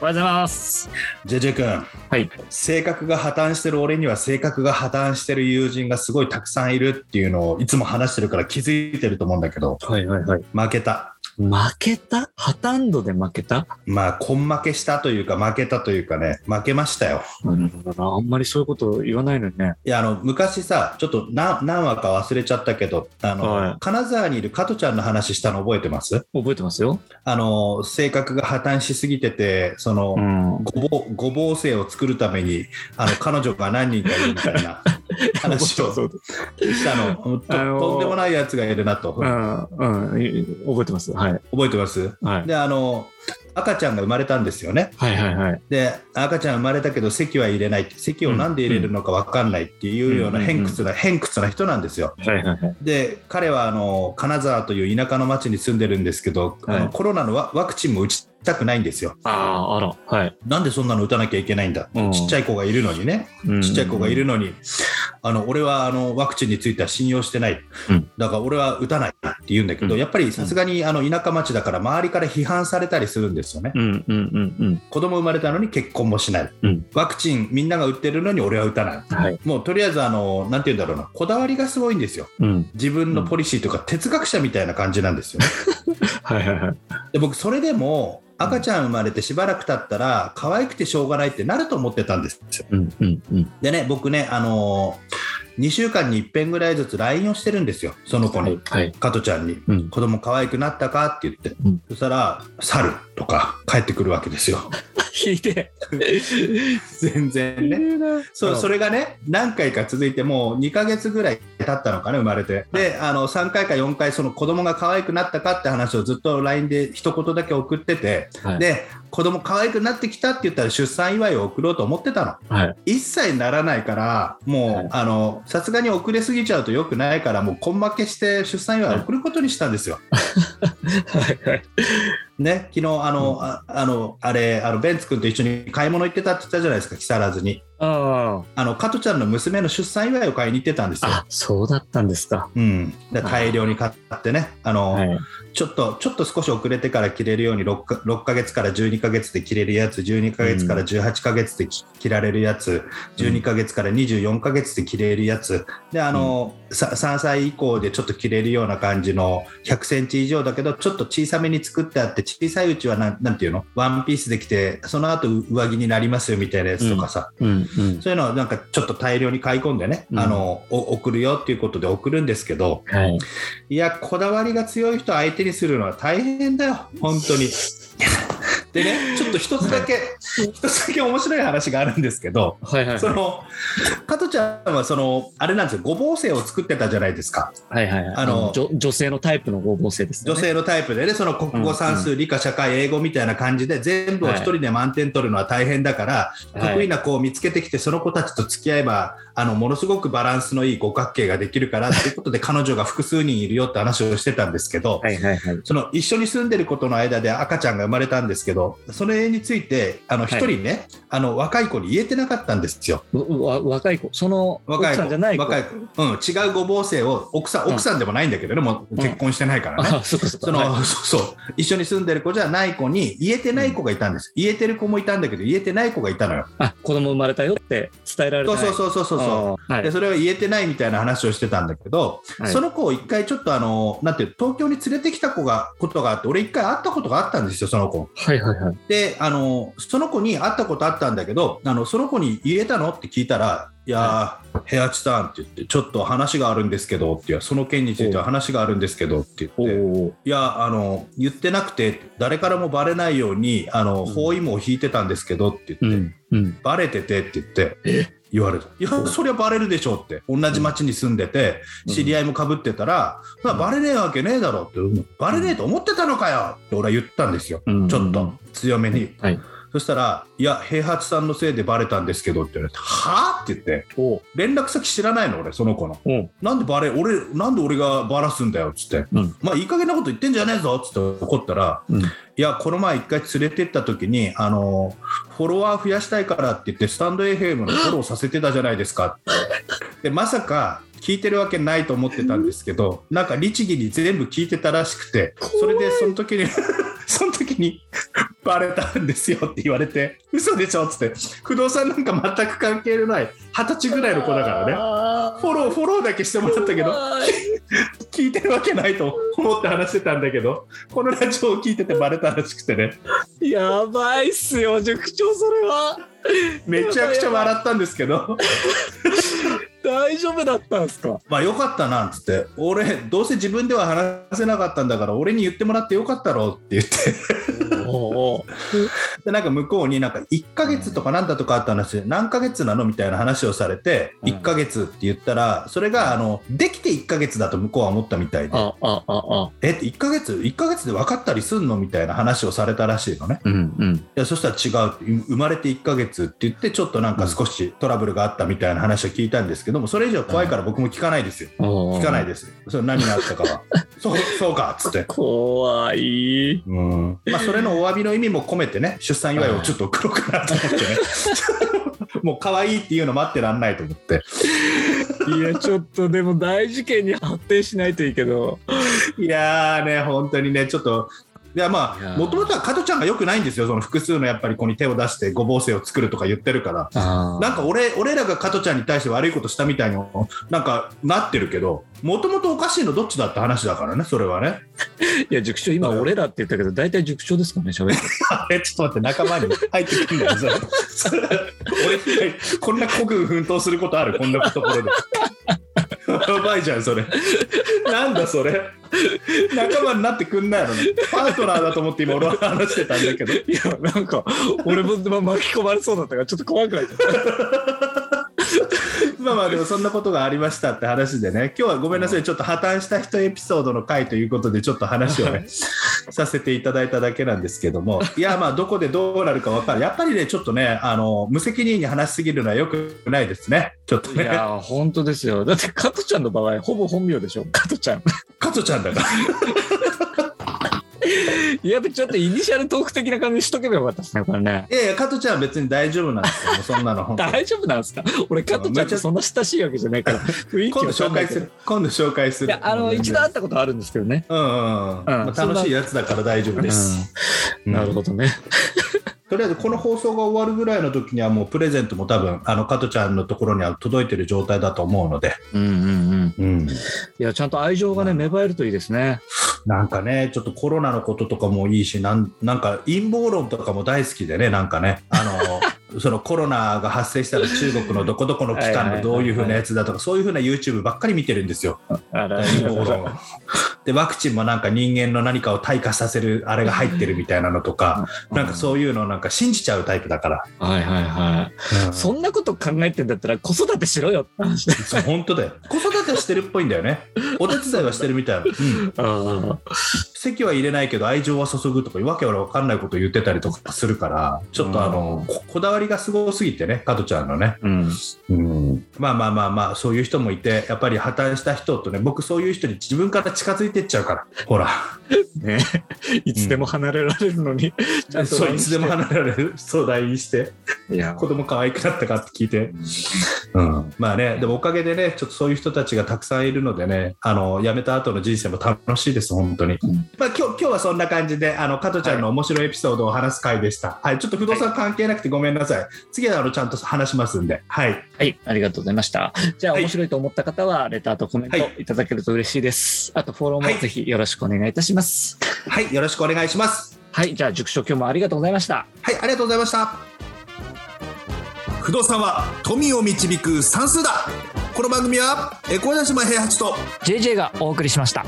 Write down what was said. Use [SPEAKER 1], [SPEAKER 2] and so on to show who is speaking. [SPEAKER 1] おはようございます
[SPEAKER 2] JJ 君
[SPEAKER 1] はい
[SPEAKER 2] 性格が破綻してる俺には性格が破綻してる友人がすごいたくさんいるっていうのをいつも話してるから気づいてると思うんだけど
[SPEAKER 3] はいはいはい。
[SPEAKER 2] 負けた
[SPEAKER 3] 負けた破綻度で負けた
[SPEAKER 2] まあ根負けしたというか負けたというかね負けましたよ
[SPEAKER 3] なるほどな。あんまりそういうこと言わないのにね。
[SPEAKER 2] いやあの昔さちょっと何何話か忘れちゃったけどあの、
[SPEAKER 3] はい
[SPEAKER 2] 金沢にいる加トちゃんの話したの覚えてます
[SPEAKER 3] 覚えてますよ。
[SPEAKER 2] あの性格が破綻しすぎててその、
[SPEAKER 3] ん。
[SPEAKER 2] ごぼうごぼう性を作るためにあの彼女が何人かいるみたい な話を
[SPEAKER 3] そう
[SPEAKER 2] したのと
[SPEAKER 3] あのー
[SPEAKER 2] とんでもないやつがいるなと
[SPEAKER 3] う
[SPEAKER 2] 覚
[SPEAKER 3] ん、うん、いい覚えてます。はい。
[SPEAKER 2] えてます
[SPEAKER 3] はい。
[SPEAKER 2] であの赤ちゃんが生まれたんですよね
[SPEAKER 3] はいはいはい。
[SPEAKER 2] で赤ちゃん生まれたけど席は入れないって席をなんで入れるのか分かんないっていうような
[SPEAKER 3] うん
[SPEAKER 2] 偏屈な偏屈な人なんですよ
[SPEAKER 3] はいはいはい。
[SPEAKER 2] で彼はあの金沢という田舎の町に住んでるんですけど、あ
[SPEAKER 3] は
[SPEAKER 2] の
[SPEAKER 3] い
[SPEAKER 2] コロナのワワクチンも打ちたくないんですよ
[SPEAKER 3] ああ、あら。はい。
[SPEAKER 2] なんでそんなの打たなきゃいけないんだ、
[SPEAKER 3] うん
[SPEAKER 2] ちっちゃい子がいるのにねちっちゃい子がいるのに、あの俺はあのワクチンについては信用してない、
[SPEAKER 3] うん
[SPEAKER 2] だから俺は打たないって言うんだけど、
[SPEAKER 3] うん
[SPEAKER 2] やっぱりさすがにあの田舎町だから、周りから批判されたりするんですよね、
[SPEAKER 3] うんうんうん
[SPEAKER 2] 子供生まれたのに結婚もしない、
[SPEAKER 3] うん
[SPEAKER 2] ワクチン、みんなが打ってるのに俺は打たない、
[SPEAKER 3] うん。はい。
[SPEAKER 2] もうとりあえずあの、なんて言うんだろうな、こだわりがすごいんですよ、
[SPEAKER 3] うん。
[SPEAKER 2] 自分のポリシーというか、哲学者みたいな感じなん ですよね。
[SPEAKER 3] はいはいはい。
[SPEAKER 2] で僕それでも赤ちゃん生まれてしばらく経ったら可愛くてしょうがないってなると思ってたんですよ
[SPEAKER 3] うんうんうん。
[SPEAKER 2] でね、僕ね、あのー、2週間に1遍ぐらいずつ LINE をしてるんですよ、その子
[SPEAKER 3] は
[SPEAKER 2] に
[SPEAKER 3] い、はい。
[SPEAKER 2] 加トちゃんに。
[SPEAKER 3] うん。
[SPEAKER 2] 子供可愛くなったかって言って、
[SPEAKER 3] うん
[SPEAKER 2] そしたら、猿とか帰ってくるわけ ですよ。
[SPEAKER 3] 引いて。
[SPEAKER 2] 全然ね。
[SPEAKER 3] ね。
[SPEAKER 2] そうそれがね、何回か続いて、もう2ヶ月ぐらい経ったのかな、生まれて。で、あの3回か4回、その子供が可愛くなったかって話をずっと LINE で一言だけ送ってて、
[SPEAKER 3] はい。
[SPEAKER 2] で、子供可愛くなってきたって言ったら、出産祝いを送ろうと思ってたの。
[SPEAKER 3] はい。
[SPEAKER 2] 一切ならないから、もう、
[SPEAKER 3] はい
[SPEAKER 2] あのさすがに遅れすぎちゃうとよくないから、もう根負けして出産祝いを送ることにしたんですよ。
[SPEAKER 3] はいはい。
[SPEAKER 2] ね、昨日あの、ああのあれあのベンツ君と一緒に買い物行ってたって言ったじゃないですか、木更津に。
[SPEAKER 3] ああ。
[SPEAKER 2] あの加トちゃんの娘の出産祝いを買いに行ってたんですよ。
[SPEAKER 3] あ、そうだったんですか。
[SPEAKER 2] うん、で大量に買ってねあの、
[SPEAKER 3] はい。
[SPEAKER 2] ちょっと、ちょっと少し遅れてから着れるように6か、6ヶ月から12ヶ月で着れるやつ、12ヶ月から18ヶ月で着着られるやつ、12ヶ月から24ヶ月で着れるやつ、で、あの、さ3歳以降でちょっと着れるような感じの、100センチ以上だけど、ちょっと小さめに作ってあって、小さいうちはなん、なんていうのワンピースで着て、その後う上着になりますよみたいなやつとかさ、
[SPEAKER 3] うんうん。
[SPEAKER 2] そういうのはなんかちょっと大量に買い込んでね、
[SPEAKER 3] うん
[SPEAKER 2] あの、お送るよっていうことで送るんですけど、
[SPEAKER 3] はい。
[SPEAKER 2] いや、こだわりが強い人相手にするのは大変だよ、本当 に。でね、ちょっと一つだけ、一つだけ面白い話があるんですけど、
[SPEAKER 3] はいはい
[SPEAKER 2] その、加トちゃんは、その、あれなんですよ、ごぼう性を作ってたじゃないですか。
[SPEAKER 3] はいはいはい。
[SPEAKER 2] あの
[SPEAKER 3] 女女性のタイプの合法性ですね。
[SPEAKER 2] 女性のタイプでね、その国語、算数、理科、社会、英語みたいな感じで、全部を一人で満点取るのは大変だから、
[SPEAKER 3] はい
[SPEAKER 2] 得意な子を見つけてきて、その子たちと付き合えば、あの、ものすごくバランスのいい五角形ができるから、ということで、彼女が複数人いるよって話をしてたんですけど、
[SPEAKER 3] はいはいはい。
[SPEAKER 2] その一緒に住んでることの間で赤ちゃんが生まれたんですけど、それについて、あの
[SPEAKER 3] はい
[SPEAKER 2] 一人ね、あの若い子に言えてなかったんですよ。
[SPEAKER 3] ううわ若い子、その
[SPEAKER 2] 若い子、
[SPEAKER 3] 奥さんじゃない子。
[SPEAKER 2] 若い子、うん、違うごぼう生を奥さん、
[SPEAKER 3] うん
[SPEAKER 2] 奥さんでもないんだけどね、もう結婚してないからね。
[SPEAKER 3] あ、そっかそっか。
[SPEAKER 2] その、
[SPEAKER 3] はい
[SPEAKER 2] そうそう、一緒に住んでる子じゃない子に言えてない子がいたんです。言えてる子もいたんだけど、言えてない子がいたのよ。
[SPEAKER 3] あ、子供生まれたよって伝えられ
[SPEAKER 2] そ
[SPEAKER 3] な
[SPEAKER 2] う
[SPEAKER 3] い。
[SPEAKER 2] そうそうそうそうそう。
[SPEAKER 3] う。はい
[SPEAKER 2] で。それは言えてないみたいな話をしてたんだけど、
[SPEAKER 3] はい
[SPEAKER 2] その子を一回ちょっとあのなんていう東京に連れてきた子がことがあって俺一回会ったことがあったんですよその子
[SPEAKER 3] はいはいはい。
[SPEAKER 2] であのその子に会ったことあったんだけどあのその子に言えたのって聞いたら「いやー、平八さん」って言って「ちょっと話があるんですけど」っていうその件については話があるんですけどって
[SPEAKER 3] お
[SPEAKER 2] 言って。
[SPEAKER 3] お。
[SPEAKER 2] いやあの言ってなくて誰からもバレないようにあの、
[SPEAKER 3] うん
[SPEAKER 2] 包囲網を引いてたんですけどって言って、
[SPEAKER 3] うんうん。
[SPEAKER 2] バレててって言って言われたいやそりゃバレるでしょうって同じ町に住んでて
[SPEAKER 3] うん
[SPEAKER 2] 知り合いもかぶってたら、まあ、バレねえわけねえだろって、バレねえと思ってたのかよって俺は言ったんですよ、
[SPEAKER 3] うん
[SPEAKER 2] ちょっと強めに、
[SPEAKER 3] はい。
[SPEAKER 2] そしたら、いや、平八さんのせいでバレたんですけどって言われて、はぁって言って、
[SPEAKER 3] おう
[SPEAKER 2] 連絡先知らないの、俺、その子の。
[SPEAKER 3] うん。
[SPEAKER 2] なんでバレ、俺、なんで俺がバラすんだよ、つって。
[SPEAKER 3] うん
[SPEAKER 2] まあ、いい加減なこと言ってんじゃねえぞ、つって怒ったら、
[SPEAKER 3] うん
[SPEAKER 2] いや、この前一回連れてった時に、あの、フォロワー増やしたいからって言って、スタンド FM のフォローさせてたじゃないですか。で、まさか、聞いてるわけないと思ってたんですけど、なんか律儀に全部聞いてたらしくて、それでその時に、 その時に、バレたんですよって言われて、嘘でしょっつって、不動産なんか全く関係のない、二十歳ぐらいの子だからね。
[SPEAKER 3] ら
[SPEAKER 2] フォロー、フォローだけしてもらったけど、聞いてるわけないと思って話してたんだけど、このラジオを聞いててバレたらしくてね、
[SPEAKER 3] やばいっすよ、塾長、それは。
[SPEAKER 2] めちゃくちゃ笑ったんですけど、
[SPEAKER 3] 大丈夫だったんですか
[SPEAKER 2] まあよかったなっつって、俺、どうせ自分では話せなかったんだから、俺に言ってもらってよかったろって言って、
[SPEAKER 3] おう
[SPEAKER 2] でなんか向こうになんか1ヶ月とかなんだとかあった話で、何ヶ月なのみたいな話をされて、
[SPEAKER 3] うん
[SPEAKER 2] 1ヶ月って言ったら、それがあのできて1ヶ月だと向こうは思ったみたいで、
[SPEAKER 3] ああああ。
[SPEAKER 2] えって1ヶ月、1ヶ月で分かったりすんのみたいな話をされたらしいのね。
[SPEAKER 3] うんうん。
[SPEAKER 2] いやそしたら違うってう生まれて1ヶ月って言ってちょっとなんか少しトラブルがあったみたいな話を聞いたんですけどもそれ以上怖いから僕も聞かないですよ、
[SPEAKER 3] 聞
[SPEAKER 2] 聞かない
[SPEAKER 3] で。
[SPEAKER 2] ですそれ何があったか はそうそうかっつって。
[SPEAKER 3] 怖い。
[SPEAKER 2] うんまあ、それのお詫びの意味も込めてね出産祝いをちょっと送ろうかなと思 ってねもう可愛いっていうの待ってらんないと思って
[SPEAKER 3] いや、ちょっとでも大事件に発展しないといいけど。
[SPEAKER 2] いやーね本当にねちょっといやま
[SPEAKER 3] いや
[SPEAKER 2] あ
[SPEAKER 3] ー
[SPEAKER 2] もともとは加トちゃんがよくないんですよその複数のやっぱり子に手を出してごぼう性を作るとか言ってるから
[SPEAKER 3] あ
[SPEAKER 2] なんか俺俺らが加トちゃんに対して悪いことしたみたいになんかなってるけどもともとおかしいのどっちだって話だからねそれはね
[SPEAKER 3] いや、塾長、今、俺らって言ったけど、大体塾長ですかね、喋って。
[SPEAKER 2] あれちょっと待って仲間に入ってくるんだよそれそれ 俺以外こんな孤軍奮闘することあるこんなところでやばいじゃんそれなんだそれ仲間になってくんないのねパートナーだと思って今俺は話してたんだけど
[SPEAKER 3] いや、なんか、俺もま巻き込まれそうだったから、ちょっと怖くなっちゃった。
[SPEAKER 2] まあまあでもそんなことがありましたって話でね今日はごめんなさいちょっと破綻した人エピソードの回ということでちょっと話を ねさせていただいただけなんですけどもいやまあどこでどうなるか分からないやっぱりねちょっとねあの無責任に話しすぎるのはよくないですねちょっと
[SPEAKER 3] い
[SPEAKER 2] ね
[SPEAKER 3] やー、本当ですよ。だって、加トちゃんの場合、ほぼ本名でしょ、加トちゃん。
[SPEAKER 2] 加トちゃんだ から
[SPEAKER 3] やっぱちょっとイニシャルトーク的な感じにしとけばよかったですね、これね。
[SPEAKER 2] いやいや加トちゃんは別に大丈夫なんですよもうそんなの本当に
[SPEAKER 3] 大丈夫なんですか俺、加トちゃんとそんな親しいわけじゃないから、雰囲気
[SPEAKER 2] 今度
[SPEAKER 3] わか
[SPEAKER 2] 紹
[SPEAKER 3] んない
[SPEAKER 2] 介
[SPEAKER 3] け
[SPEAKER 2] す
[SPEAKER 3] ど
[SPEAKER 2] る今度紹介す
[SPEAKER 3] い
[SPEAKER 2] る
[SPEAKER 3] や、あの、一度会ったことあるんですけどね。
[SPEAKER 2] うんうん、うんまあ楽しいやつだから大丈夫です、
[SPEAKER 3] うんな
[SPEAKER 2] うん
[SPEAKER 3] るほどね。
[SPEAKER 2] とりあえずこの放送が終わるぐらいの時にはもうプレゼントも多分あの加トちゃんのところには届いてる状態だと思うので、
[SPEAKER 3] うんうんうん。
[SPEAKER 2] うん、
[SPEAKER 3] いや、ちゃんと愛情がね、芽生えるといいですね。
[SPEAKER 2] なんかねちょっとコロナのこととかもいいしなんなんか陰謀論とかも大好きでねなんかねあ のそのコロナが発生したら中国のどこどこの機関のどういうふうなやつだとかそういうふうな YouTube ばっかり見てるんですよ。
[SPEAKER 3] あら
[SPEAKER 2] 陰謀論をでワクチンもなんか人間の何かを退化させるあれが入ってるみたいなのとかなんかそういうのをなんか信じちゃうタイプだから。
[SPEAKER 3] はいはいはい。
[SPEAKER 2] うん
[SPEAKER 3] そんなこと考えてんだったら、子育てしろよって話で。
[SPEAKER 2] そう本当だよ子育てはしてるっぽいんだよねお手伝いはしてるみ たいな、うん、
[SPEAKER 3] あ
[SPEAKER 2] 席は入れないけど愛情は注ぐとかわけわかんないことを言ってたりとかするからちょっとあの、ここだわりがすごすぎてね加トちゃんのね、
[SPEAKER 3] うん。
[SPEAKER 2] うん、まあまあまあまあそういう人もいてやっぱり破綻した人とね僕そういう人に自分から近づいてっちゃうからほら
[SPEAKER 3] ね、いつでも離れられるのに、 ちゃんと
[SPEAKER 2] そう
[SPEAKER 3] LINE
[SPEAKER 2] いつでも
[SPEAKER 3] して
[SPEAKER 2] 離れられる相談員して
[SPEAKER 3] いや
[SPEAKER 2] 子供可愛くなったかって聞いて、うん、まあねでもおかげでねちょっとそういう人たちがたくさんいるのでねあの辞めた後の人生も楽しいです本当に、
[SPEAKER 3] ん
[SPEAKER 2] まあ今日今日はそんな感じであの加トちゃんの面白いエピソードを話す回でしたはい、ちょっと不動産関係なくてごめんなさい、次はあのちゃんと話しますんではい
[SPEAKER 3] はい、ありがとうございました。じゃあ、
[SPEAKER 2] はい
[SPEAKER 3] 面白いと思った方は、レターとコメント
[SPEAKER 2] はい
[SPEAKER 3] いただけると嬉しいです。あと、フォロー
[SPEAKER 2] はい
[SPEAKER 3] もぜひよろしくお願いいたします。
[SPEAKER 2] はいよろしくお願いします
[SPEAKER 3] はい、じゃあ、塾長、今日もありがとうございました。
[SPEAKER 2] はいありがとうございました不動産は富を導く算数だこの番組は小島平八と
[SPEAKER 1] JJ がお送りしました